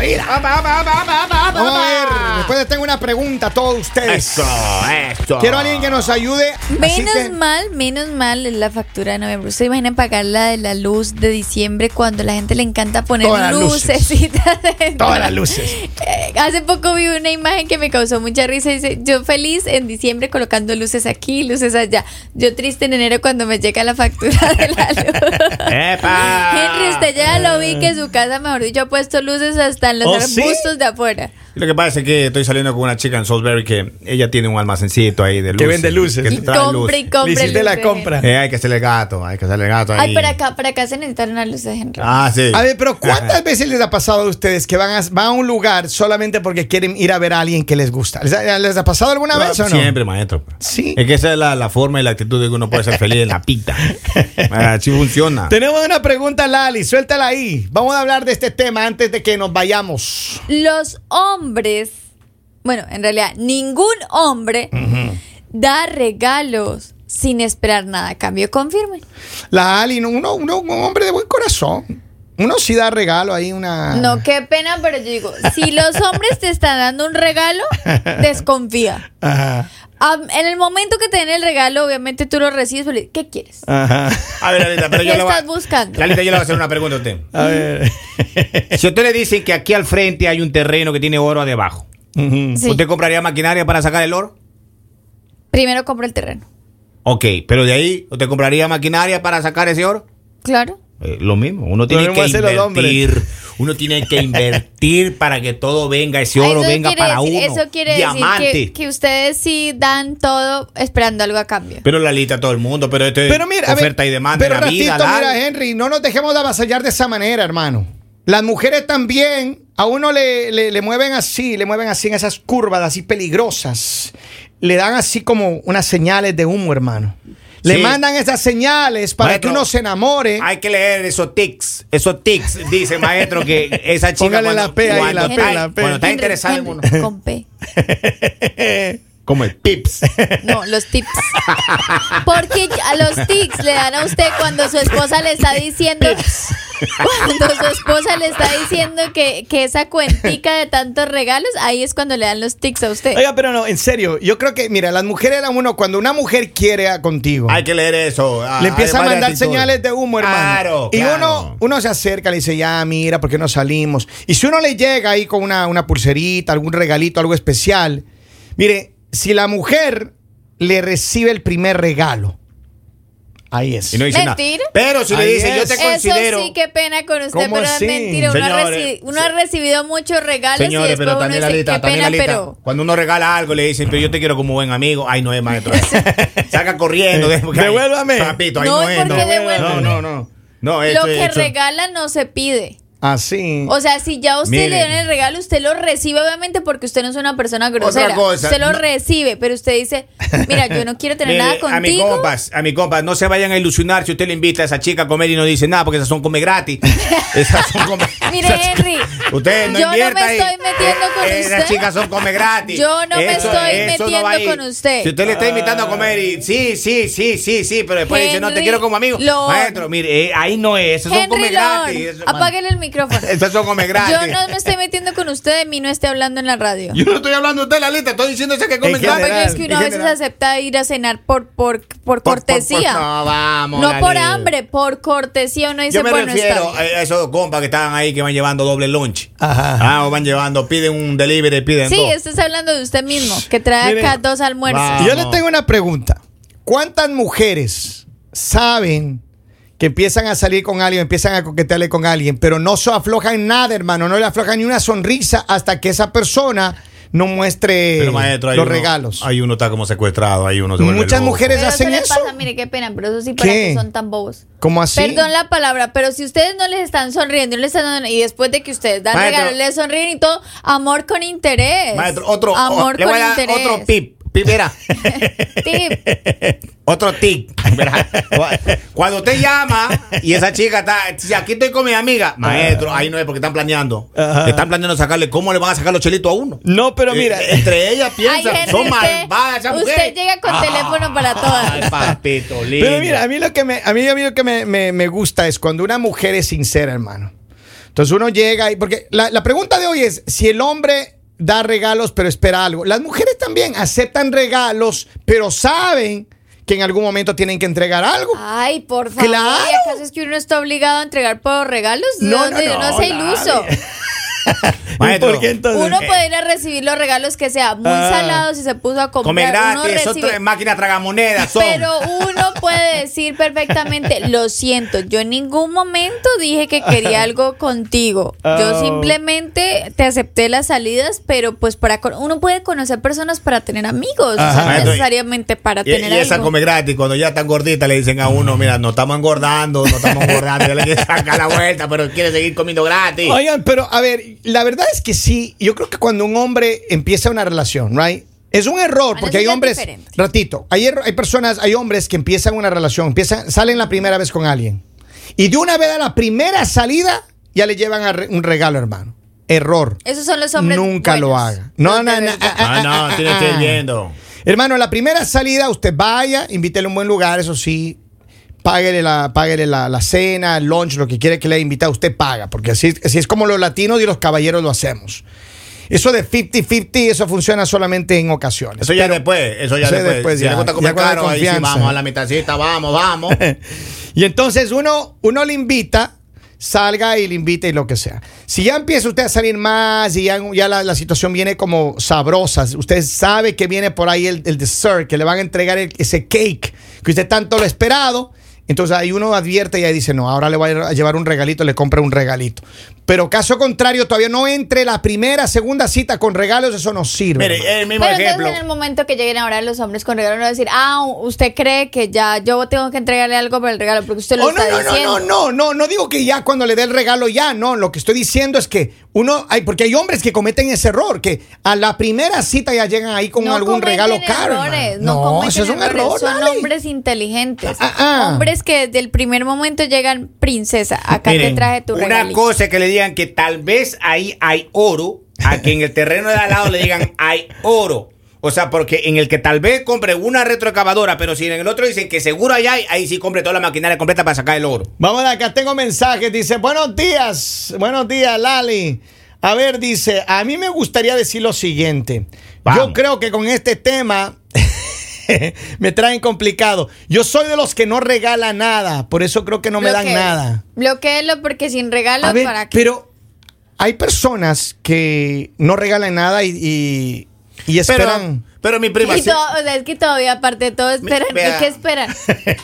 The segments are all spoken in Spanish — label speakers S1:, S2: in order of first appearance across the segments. S1: vida.
S2: Apa, apa, apa, apa, apa, apa,
S1: Vamos a ver,
S2: apa.
S1: después les tengo una pregunta a todos ustedes.
S2: Eso, eso.
S1: Quiero a alguien que nos ayude. así
S3: Menos
S1: que-
S3: mal, menos mal la factura de noviembre. ¿Se imaginan pagar la de la luz de diciembre cuando a la gente le encanta poner
S1: Todas las luces.
S3: lucecitas? dentro?
S1: Todas las luces.
S3: Eh, hace poco vi una imagen que me causó mucha risa. Dice, yo feliz en diciembre colocando luces aquí, luces allá. Yo triste en enero cuando me llega la factura de la luz.
S1: Ah.
S2: ¡Epa!
S3: Henry, usted ya lo vi que su casa, mejor dicho, ha puesto luces hasta en los
S2: ¿Oh, sí?
S3: arbustos de afuera.
S2: Lo que pasa es que estoy saliendo con una chica en Salisbury que ella tiene un almacencito ahí de luces.
S4: Que vende luces.
S2: que
S3: Y
S2: trae
S3: compre y
S2: luces.
S3: compre.
S4: Le hiciste la
S3: luces.
S4: compra.
S2: Eh, hay que hacerle gato, hay que hacerle gato ahí.
S3: Ay, para acá, para acá se necesitan unas luces, Henry.
S2: Ah, sí.
S1: A ver, pero ¿cuántas veces les ha pasado a ustedes que van a, van a un lugar solamente porque quieren ir a ver a alguien que les gusta? ¿Les ha, les ha pasado alguna vez o no?
S2: Siempre, maestro. pues.
S1: Sí.
S2: Es que esa es la, la forma y la actitud de que uno puede ser feliz en la pita. Así funciona.
S1: Tenemos una pregunta, Lali, suéltala ahí. Vamos a hablar de este tema antes de que nos vayamos.
S3: Los hombres, bueno, en realidad, ningún hombre da regalos sin esperar nada. a Cambio, confirmen.
S1: La Ali, no, uno, uno, un hombre de buen corazón. Uno sí da regalo ahí,
S2: Ah.
S1: una...
S3: No, qué pena, pero yo digo, si los hombres te están dando un regalo, desconfía.
S4: Ajá.
S3: Am- en el momento que te den el regalo, obviamente tú lo recibes, pero le- ¿qué quieres?
S4: Ajá.
S2: A ver, Lalita, pero
S3: ¿Qué
S2: yo le voy a-
S3: estás buscando?
S2: Lalita, yo le voy a hacer una pregunta a usted.
S4: A ver.
S2: Si a usted le dicen que aquí al frente hay un terreno que tiene oro debajo,
S4: Ujú.
S3: Sí.
S2: ¿usted compraría maquinaria para sacar el oro?
S3: Primero compro el terreno.
S2: Ok, pero de ahí, ¿usted compraría maquinaria para sacar ese oro?
S3: Claro.
S2: Eh, lo mismo, uno tiene
S4: mismo
S2: que
S4: hacen los
S2: invertir. Uno tiene que invertir para que todo venga, ese oro
S3: Ah, Eso
S2: venga
S3: quiere
S2: para
S3: decir-
S2: uno.
S3: Eso quiere
S2: Diamante.
S3: decir que, que ustedes sí dan todo esperando algo a cambio.
S2: Pero la lista todo el mundo, pero esto es
S1: Pero mira, a ver,
S2: oferta y demanda. en
S1: Pero
S2: la vida,
S1: ratito,
S2: Lali.
S1: mira, Henry, no nos dejemos de avasallar de esa manera, hermano. Las mujeres también, a uno le, le- le mueven así, le mueven así en esas curvas así peligrosas. Le dan así como unas señales de humo, hermano. Le
S2: Sí.
S1: mandan esas señales para
S2: Maestro,
S1: que uno se enamore.
S2: Hay que leer esos tics, esos tics, dice maestro que esa chica
S1: Póngale
S2: cuando,
S1: la P ahí,
S2: cuando
S1: la P,
S2: está,
S1: la P.
S2: cuando está
S3: Henry,
S2: interesada en
S3: Henry,
S2: uno.
S3: Con P.
S2: Como el pips.
S3: No, los tips. Porque a los tics le dan a usted cuando su esposa le está diciendo. Cuando su esposa le está diciendo que, que esa cuentica de tantos regalos, ahí es cuando le dan los tics a usted.
S4: Oiga, pero no, en serio.
S1: Yo creo que, mira, las mujeres a uno, cuando una mujer quiere a- contigo,
S2: Hay que leer eso. Ah,
S1: le empieza a
S2: hay varias
S1: mandar
S2: actitudes.
S1: señales de humo, hermano.
S2: Claro,
S1: y
S2: claro.
S1: uno, uno se acerca, le dice, ya, mira, ¿por qué no salimos? Y si uno le llega ahí con una, una pulserita, algún regalito, algo especial, mire, si la mujer le recibe el primer regalo, ahí es.
S2: Y no dice nada.
S3: Mentira.
S2: Pero si le
S1: Ahí
S2: dice, yo
S1: es.
S2: te
S3: Eso
S2: considero.
S3: sí, qué pena con usted,
S1: ¿Cómo
S3: pero es
S1: así?
S3: mentira. Uno, ha,
S2: Señores,
S3: reci- uno ha recibido muchos regalos y
S2: Señores,
S3: después
S2: pero
S3: uno
S2: también
S3: dice,
S2: la lista,
S3: qué
S2: también
S3: pena,
S2: la lista.
S3: pero...
S2: Cuando uno regala algo, le dicen, pero yo te quiero como buen amigo. Ay, no es maestro. Saca corriendo. porque ahí-
S4: Devuélvame.
S2: Papito, ahí
S3: No,
S2: no,
S3: es
S2: es.
S3: porque
S2: no,
S3: devuélveme.
S2: no, no. No,
S3: Lo
S2: esto es-
S3: que
S2: esto-
S3: regala no se pide.
S1: Así.
S3: O sea, si ya a usted le
S2: Miren.
S3: dieron el regalo, usted lo recibe, obviamente, porque usted no es una persona grosera.
S2: cosa,
S3: usted lo
S2: no-
S3: recibe, pero usted dice, mira, yo no quiero tener
S2: Mire,
S3: nada
S2: A mi
S3: contigo.
S2: compas, a mi compas, no se vayan a ilusionar si usted le invita a esa chica a comer y no dice nada, porque esas son come gratis. Esas son come
S3: Mire,
S2: esas-
S3: Henry,
S2: Usted no
S3: yo no me
S2: invierta ahí.
S3: estoy metiendo con
S2: Eh, Esas
S3: usted.
S2: chicas son come gratis.
S3: Yo no me estoy
S2: no va
S3: metiendo
S2: ahí.
S3: con usted.
S2: Si usted le está invitando a comer y sí, sí, sí, sí, sí, pero después dice, no te
S3: Henry
S2: quiero como amigo.
S3: Lord.
S2: Maestro, mire, eh, ahí no es. Esas son come
S3: Henry
S2: gratis.
S3: Lord,
S2: Eso-
S3: apáguele el micrófono.
S2: Esas son come gratis.
S3: Yo no me estoy metiendo con usted, de mí no esté hablando en la radio.
S2: Yo no estoy hablando de usted, la lista, estoy diciéndose que come
S4: En
S3: No,
S2: gratis.
S3: pero es que uno
S4: en
S3: a veces
S4: general.
S3: acepta ir a cenar por, por, por
S2: Por- por- por-
S3: cortesía.
S2: no, vamos.
S3: No
S2: la
S3: por
S2: lista.
S3: hambre, por cortesía uno dice,
S2: Yo me
S3: bueno, está
S2: refiero
S3: bien".
S2: a a esos compas que están ahí que van llevando doble lunch.
S4: Ajá.
S2: Ah, o van llevando, piden un delivery, piden
S3: Sí,
S2: dos.
S3: estás hablando de usted mismo, que trae
S4: Mire.
S3: acá dos almuerzos.
S2: Va.
S1: Yo
S2: Vamos.
S1: les tengo una pregunta. ¿Cuántas mujeres saben que empiezan a salir con alguien, empiezan a coquetearle con alguien, pero no se aflojan nada, hermano? No le aflojan ni una sonrisa hasta que esa persona no muestre
S2: Pero maestro, hay
S1: los
S2: uno-
S1: regalos.
S2: Hay uno está como secuestrado, hay uno se vuelve
S1: Muchas
S2: loco.
S1: mujeres
S3: Pero
S1: hacen
S3: le
S1: eso.
S3: pasa, mire qué pena, pero eso sí para
S1: ¿Qué?
S3: que son tan bobos.
S1: ¿Cómo así?
S3: Perdón la palabra, pero si ustedes no les están sonriendo, no les están dando- y después de que ustedes dan
S2: Maestro.
S3: regalos, les sonríen y todo, amor con interés.
S2: Maestro, otro,
S3: amor
S2: o- le
S3: con
S2: voy a dar
S3: interés.
S2: otro pip, pip, verá.
S3: Tip.
S2: otro tic. verá. Cuando usted llama y esa chica está, "Sí, aquí estoy con mi amiga, maestro, ahí no es porque están planeando.
S4: Ajá.
S2: Están planeando sacarle, ¿cómo le van a sacar los chelitos a uno?
S4: No, pero mira.
S2: Eh, entre ellas
S3: Ay,
S2: piensan,
S3: Henry,
S2: son
S3: usted,
S2: malvadas esas
S3: usted
S2: mujeres. Ah.
S3: llega con teléfono para
S2: Ay,
S3: todas.
S2: papito, lindo.
S1: Pero mira, a mí lo que me, a mí, a mí lo que me, me- me gusta es cuando una mujer es sincera, hermano. Entonces uno llega y. Porque la, la pregunta de hoy es: si el hombre da regalos, pero espera algo. Las mujeres también aceptan regalos, pero saben que en algún momento tienen que entregar algo.
S3: Ay, por favor.
S1: Claro.
S3: ¿Y acaso es que uno está obligado a entregar por regalos? ¿De
S1: No, no,
S3: dónde?
S1: no,
S3: No, sea iluso.
S2: Maestro,
S1: ¿Por qué entonces?
S3: Uno puede ir a recibir los regalos que sea muy
S1: Ah.
S3: salado si se puso a comprar.
S2: Come
S3: uno
S2: gratis,
S3: recibe-
S2: otra máquina tragamonedas. Son.
S3: Pero uno puede decir perfectamente, lo siento, yo en ningún momento dije que quería algo contigo. Yo
S1: Oh.
S3: simplemente te acepté las salidas, pero pues para con- uno puede conocer personas para tener amigos, o sea,
S1: Ajá.
S3: no
S2: Maestro,
S3: necesariamente para
S2: Y,
S3: tener
S2: y esa
S3: algo.
S2: come gratis, cuando ya están gorditas le dicen a uno, mira, no estamos engordando, no estamos engordando, ya le quiere sacar la vuelta, pero quiere seguir comiendo gratis.
S1: Oigan, pero a ver, la verdad es que sí, yo creo que cuando un hombre empieza una relación, right? Es un error,
S3: Bueno,
S1: porque
S3: eso
S1: hay
S3: ya es
S1: hombres,
S3: diferente.
S1: ratito, hay, er- hay personas, hay hombres que empiezan una relación, empiezan, salen la primera vez con alguien. Y de una vez a la primera salida, ya le llevan a re- un regalo, hermano. Error.
S3: Esos son los hombres.
S1: Nunca lo
S3: buenos,
S1: haga. No,
S3: los de
S1: no, no,
S3: verdad.
S1: ah,
S2: Ah, no,
S1: ah,
S2: tienes
S1: ah,
S2: que ir
S1: ah.
S2: viendo.
S1: Hermano, la primera salida, usted vaya, invítele a un buen lugar, eso sí. Páguele la, páguele la, la cena, el lunch, lo que quiere que le haya invitado, usted paga, porque así, así es como los latinos y los caballeros lo hacemos. Eso de 50-50, eso funciona solamente en ocasiones.
S2: Eso ya
S1: Pero-
S2: después, eso ya
S1: eso
S2: después.
S1: después,
S2: si
S1: ya.
S2: le gusta comer
S1: Ya con la
S2: caro, ahí sí,
S1: confianza.
S2: vamos a la mitacita, vamos, vamos.
S1: Y entonces uno, uno le invita, salga y le invita y lo que sea. Si ya empieza usted a salir más y ya, ya la, la situación viene como sabrosa, usted sabe que viene por ahí el, el dessert, que le van a entregar el- ese cake que usted tanto lo ha esperado. Entonces ahí uno advierte y ahí dice, no, ahora le voy a llevar un regalito, le compra un regalito. Pero caso contrario, todavía no entre la primera, segunda cita con regalos, eso no sirve. hermano.
S2: Mire, el mismo
S3: Pero
S2: ejemplo.
S3: entonces en el momento que lleguen ahora los hombres con regalo, no va a decir, ah, usted cree que ya yo tengo que entregarle algo para el regalo, porque usted lo
S1: Oh, no,
S3: está
S1: no,
S3: diciendo.
S1: no, no, no, no, no digo que ya cuando le dé el regalo ya, no, lo que estoy diciendo es que uno, hay, porque hay hombres que cometen ese error, que a la primera cita ya llegan ahí con
S3: No
S1: algún
S3: cometen
S1: regalo caro.
S3: errores,
S1: hermano. No,
S3: cometen
S1: eso es un
S3: errores,
S1: error.
S3: Son
S1: dale.
S3: hombres inteligentes.
S1: Ah, ah, ah.
S3: Hombres que desde el primer momento llegan, princesa, acá
S2: Miren,
S3: te traje tu
S2: una
S3: regalito.
S2: cosa es que le digan que tal vez ahí hay oro, a que en el terreno de al lado le digan hay oro. O sea, porque en el que tal vez compre una retroexcavadora, pero si en el otro dicen que seguro allá hay, ahí sí compre toda la maquinaria completa para sacar el oro.
S1: Vamos de acá, tengo mensajes. Dice, buenos días, buenos días, Lali. A ver, dice, a mí me gustaría decir lo siguiente.
S2: Vamos.
S1: Yo creo que con este tema me traen complicado. Yo soy de los que no regala nada, por eso creo que no me dan
S3: Bloquéelo.
S1: nada.
S3: Bloquéelo porque sin regalo,
S1: A ver,
S3: ¿para qué?
S1: pero hay personas que no regalan nada y, y, y
S2: Pero,
S1: esperan.
S2: pero mi prima.
S3: Y
S2: sí-
S3: to- o sea, es que todavía, aparte de todo, esperan.
S2: Vea.
S3: ¿Y qué esperan?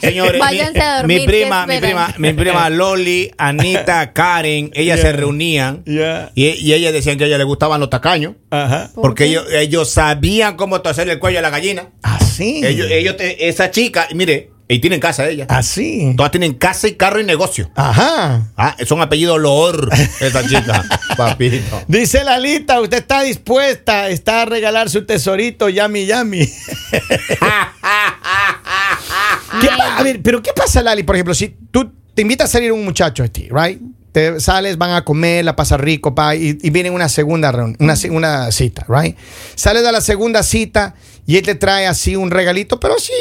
S2: Señores,
S3: váyanse
S2: mi,
S3: a dormir.
S2: mi
S3: ¿qué
S2: prima, mi
S3: esperan?
S2: prima, mi prima Loli, Anita, Karen, ellas
S1: Yeah.
S2: se reunían
S1: Yeah.
S2: y, y ellas decían que a ella le gustaban los tacaños
S1: Ajá.
S3: ¿Por
S2: porque
S3: qué?
S2: ellos, ellos sabían cómo torcerle el cuello a la gallina.
S1: Así.
S2: Ellos, ellos te- esa chica, mire, y tienen casa ella.
S1: Así.
S2: Todas tienen casa y carro y negocio.
S1: Ajá.
S2: Ah, son apellidos Loor, esa chica, papito.
S1: Dice Lalita, usted está dispuesta, está a regalar su tesorito, Yami Yami. ¿Qué pa- a ver, pero ¿qué pasa, Lali? Por ejemplo, si tú te invita a salir un muchacho a ti, ¿right? Te sales, van a comer, la pasas rico, pa, y, y viene una segunda reunión, una, se- una cita, ¿right? Sales a la segunda cita y él te trae así un regalito, pero sí,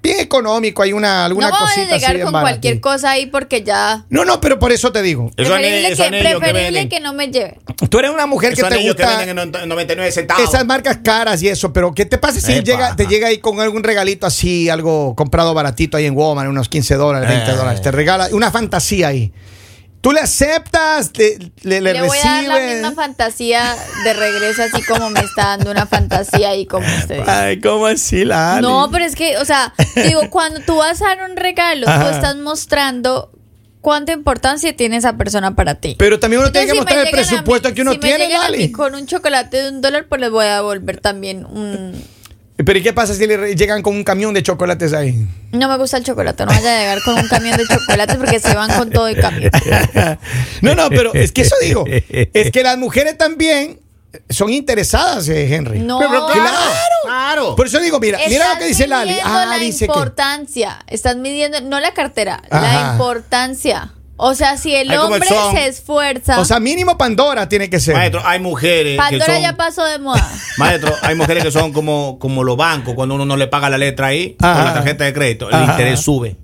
S1: bien económico, hay una, alguna
S3: No vamos a
S1: cosita así
S3: llegar
S1: bien
S3: con cualquier
S1: baratita.
S3: cosa ahí porque ya.
S1: No, no, pero por eso te digo.
S2: Esos
S3: Preferible,
S2: anillos-
S3: que,
S2: esos anillos que
S3: preferible
S2: venden.
S3: que no me lleve.
S1: Tú eres una mujer que
S2: Esos
S1: te
S2: anillos que
S1: gusta
S2: venden en no- 99 centavos.
S1: esas marcas caras y eso, pero ¿qué te pasa si
S2: Epa.
S1: llega, te llega ahí con algún regalito así, algo comprado baratito ahí en Walmart, unos 15 dólares, 20
S2: Eh.
S1: dólares? Te regala una fantasía ahí. Tú le aceptas, le, le, le
S3: Le voy a dar la misma
S1: recibes.
S3: fantasía de regreso, así como me está dando una fantasía ahí como usted. dice.
S1: Ay, ¿cómo así, la
S3: No, pero es que, o sea, digo, cuando tú vas a dar un regalo,
S1: Ajá.
S3: tú estás mostrando cuánta importancia tiene esa persona para ti.
S1: Pero también uno tiene que
S3: Entonces, si
S1: mostrar
S3: me
S1: el
S3: llegan a mí-
S1: presupuesto que uno
S3: si me
S1: tiene,
S3: llegan a mí
S1: Lali.
S3: Con un chocolate de un dólar, pues les voy a devolver también un...
S1: Pero ¿y qué pasa si le re- llegan con un camión de chocolates ahí?
S3: No me gusta el chocolate, no vaya a llegar con un camión de chocolate porque se van con todo y camión.
S1: No, no, pero es que eso digo. Es que las mujeres también son interesadas, eh, Henry.
S3: No.
S2: Pero
S1: Claro.
S2: claro.
S1: Por eso digo, mira, mira lo que dice
S3: Estás
S1: Lali.
S3: midiendo
S1: Ah,
S3: la
S1: dice que.
S3: importancia. Estás midiendo, no la cartera,
S1: Ajá.
S3: la importancia. O sea, si el
S2: Ahí como el
S3: hombre
S2: son.
S3: se esfuerza.
S1: O sea, mínimo Pandora tiene que ser.
S2: Maestro, hay mujeres que
S3: Pandora
S2: son,
S3: ya pasó de moda.
S2: maestro, hay mujeres que son como, como los bancos, cuando uno no le paga la letra ahí,
S1: Ajá.
S2: con la tarjeta de crédito, el
S1: Ajá.
S2: interés sube.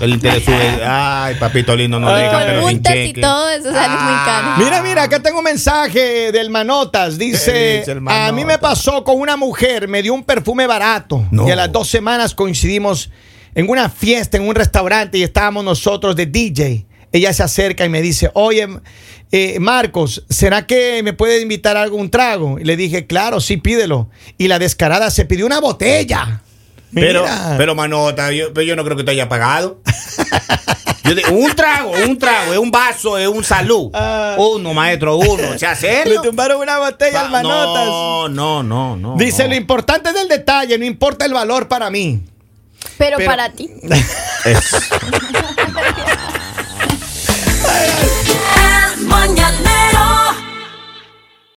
S2: El interés sube. Ay, papito lindo, no
S1: Ay.
S2: digan,
S3: Con
S2: pero sin
S3: multas y
S2: cheque. Ah.
S3: todo eso sale muy caro.
S1: Mira, mira, acá tengo un mensaje del Manotas.
S2: ¿Qué
S1: Dice,
S2: dice el
S1: a mí me
S2: Manotas?
S1: pasó con una mujer, me dio un perfume barato.
S2: No.
S1: Y a las dos semanas coincidimos en una fiesta, en un restaurante, y estábamos nosotros de DJ. Ella se acerca y me dice, oye, eh, Marcos, ¿será que me puede invitar a algún trago? Y le dije, claro, sí, pídelo. Y la descarada se pidió una botella.
S2: Pero,
S1: Mira.
S2: pero Manota, yo, pero yo no creo que te haya pagado. Yo digo, un trago, un trago, es un vaso, es un salud.
S1: Ah.
S2: Uno, maestro, uno. ¿Se
S1: le
S2: serio?
S1: tumbaron una botella al
S2: Va-
S1: Manotas.
S2: No, no, no, no.
S1: Dice,
S2: no.
S1: lo importante es el detalle, no importa el valor para mí.
S3: Pero,
S1: Pero-
S3: para ti.
S2: Es-